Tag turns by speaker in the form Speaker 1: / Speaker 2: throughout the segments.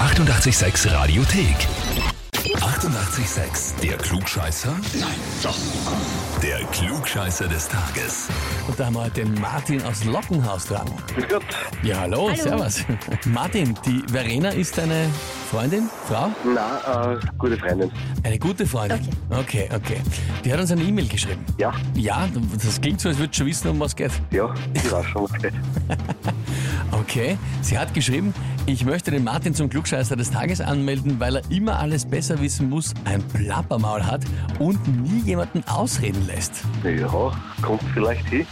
Speaker 1: 886 Radiothek. 88,6. Der Klugscheißer? Nein, doch. Der Klugscheißer des Tages.
Speaker 2: Und da haben wir heute den Martin aus Lockenhaus dran.
Speaker 3: Grüß Gott.
Speaker 2: Ja, hallo,
Speaker 4: Hallo.
Speaker 2: servus. Martin, die Verena ist deine Freundin, Frau?
Speaker 3: Na, äh, gute Freundin.
Speaker 2: Eine gute Freundin. Okay, okay. Die hat uns eine E-Mail geschrieben.
Speaker 3: Ja,
Speaker 2: Ja, das klingt so, als würde schon wissen, um was geht.
Speaker 3: ja, ich weiß schon. Okay.
Speaker 2: Okay, sie hat geschrieben, ich möchte den Martin zum Klugscheißer des Tages anmelden, weil er immer alles besser wissen muss, ein Plappermaul hat und nie jemanden ausreden lässt.
Speaker 3: Ja, kommt vielleicht hin.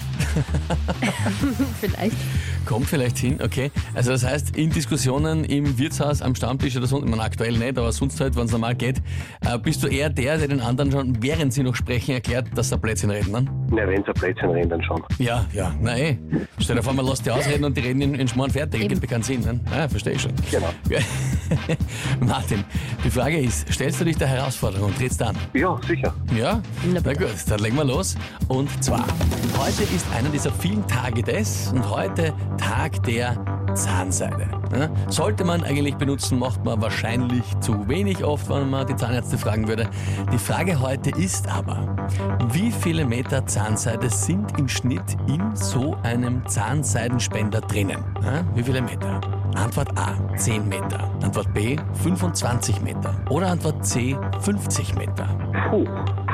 Speaker 4: Vielleicht.
Speaker 2: Kommt vielleicht hin, okay. Also das heißt, in Diskussionen im Wirtshaus, am Stammtisch oder sonst, ich meine, aktuell nicht, aber sonst halt, wenn es normal geht, äh, bist du eher der, der den anderen schon, während sie noch sprechen, erklärt, dass er Blödsinn reden, ne?
Speaker 3: Na, wenn sie Plätzchen rennen, dann schon.
Speaker 2: Ja, ja, na eh. Stell dir vor, man lässt die ausreden und die reden in, in Schmarrn fertig.
Speaker 4: Eben.
Speaker 2: Gibt ja keinen Sinn, ne? Ah, verstehe ich schon.
Speaker 3: Genau.
Speaker 2: Ja. Martin, die Frage ist, stellst du dich der Herausforderung und trittst an?
Speaker 3: Ja, sicher.
Speaker 2: Ja?
Speaker 4: Na
Speaker 2: Na
Speaker 4: bitte.
Speaker 2: gut, dann legen wir los. Und zwar, heute ist einer dieser vielen Tage des und heute Tag der Zahnseide. Ja? Sollte man eigentlich benutzen, macht man wahrscheinlich zu wenig oft, wenn man die Zahnärzte fragen würde. Die Frage heute ist aber, wie viele Meter Zahnseide sind im Schnitt in so einem Zahnseidenspender drinnen? Ja? Wie viele Meter? Antwort A, 10 Meter. Antwort B, 25 Meter. Oder Antwort C, 50 Meter.
Speaker 3: Puh,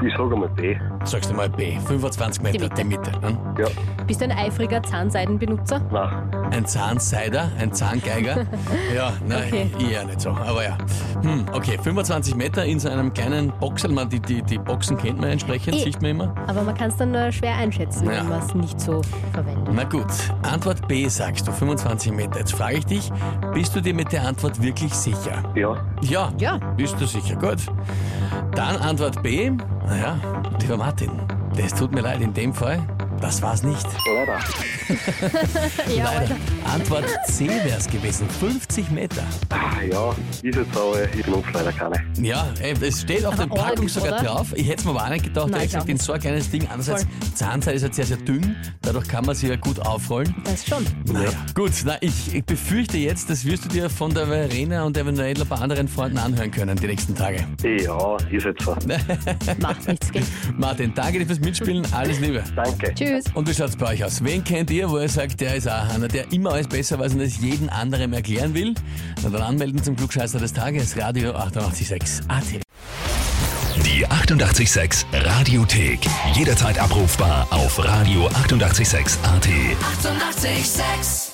Speaker 3: ich sage mal B.
Speaker 2: Sagst du mal B, 25 Meter, die
Speaker 4: Die
Speaker 2: Mitte. ne?
Speaker 3: Ja,
Speaker 4: Bist du ein eifriger Zahnseidenbenutzer?
Speaker 3: na,
Speaker 2: Ein Zahnseider, ein Zahngeiger. ja, nein,
Speaker 4: Okay.
Speaker 2: eher nicht so, aber ja. Hm, okay, 25 Meter in so einem kleinen Boxel. Man, die, die, die Boxen kennt man entsprechend,
Speaker 4: Eh.
Speaker 2: sieht man immer.
Speaker 4: Aber man kann es dann nur schwer einschätzen,
Speaker 2: Ja.
Speaker 4: wenn man es nicht so verwendet.
Speaker 2: Na gut, Antwort B sagst du, 25 Meter. Jetzt frage ich dich, bist du dir mit der Antwort wirklich sicher?
Speaker 3: ja,
Speaker 2: Ja.
Speaker 4: Ja.
Speaker 2: Bist du sicher? Gut. Dann Antwort B. Naja, lieber Martin, das tut mir leid in dem Fall. Das war's nicht.
Speaker 3: leider.
Speaker 4: Ja,
Speaker 2: Leider. Antwort C wär's gewesen. 50 Meter.
Speaker 3: Ah, Ja, ist jetzt aber, ich benutze leider keine.
Speaker 2: Ja, ey, es steht auf
Speaker 4: Aber
Speaker 2: der Packung
Speaker 4: ordentlich,
Speaker 2: sogar
Speaker 4: oder?
Speaker 2: drauf. Ich hätte es mir aber auch nicht gedacht,
Speaker 4: Nein,
Speaker 2: ehrlich
Speaker 4: ich auch
Speaker 2: gesagt, in so ein kleines Ding. Andererseits, Zahnseide ist halt sehr, sehr dünn. Dadurch kann man sie ja gut aufrollen.
Speaker 4: das schon.
Speaker 2: Naja, gut. Na, ich, ich befürchte jetzt, das wirst du dir von der Verena und eventuell ein paar anderen Freunden anhören können die nächsten Tage.
Speaker 3: Ja, ist jetzt so.
Speaker 4: Macht nichts, gell?
Speaker 2: Martin, danke dir fürs Mitspielen. Alles Liebe.
Speaker 3: Danke.
Speaker 4: Tschüss.
Speaker 2: Und wie schaut's bei euch aus? Wen kennt ihr, wo ihr sagt, der ist auch einer, der immer alles besser weiß und es jeden anderem erklären will? Na dann anmelden zum Klugscheißer des Tages, Radio 886 AT.
Speaker 1: Die 88,6 Radiothek. Jederzeit abrufbar auf radio886.at. 88,6.
Speaker 5: Eighty-eight, sex.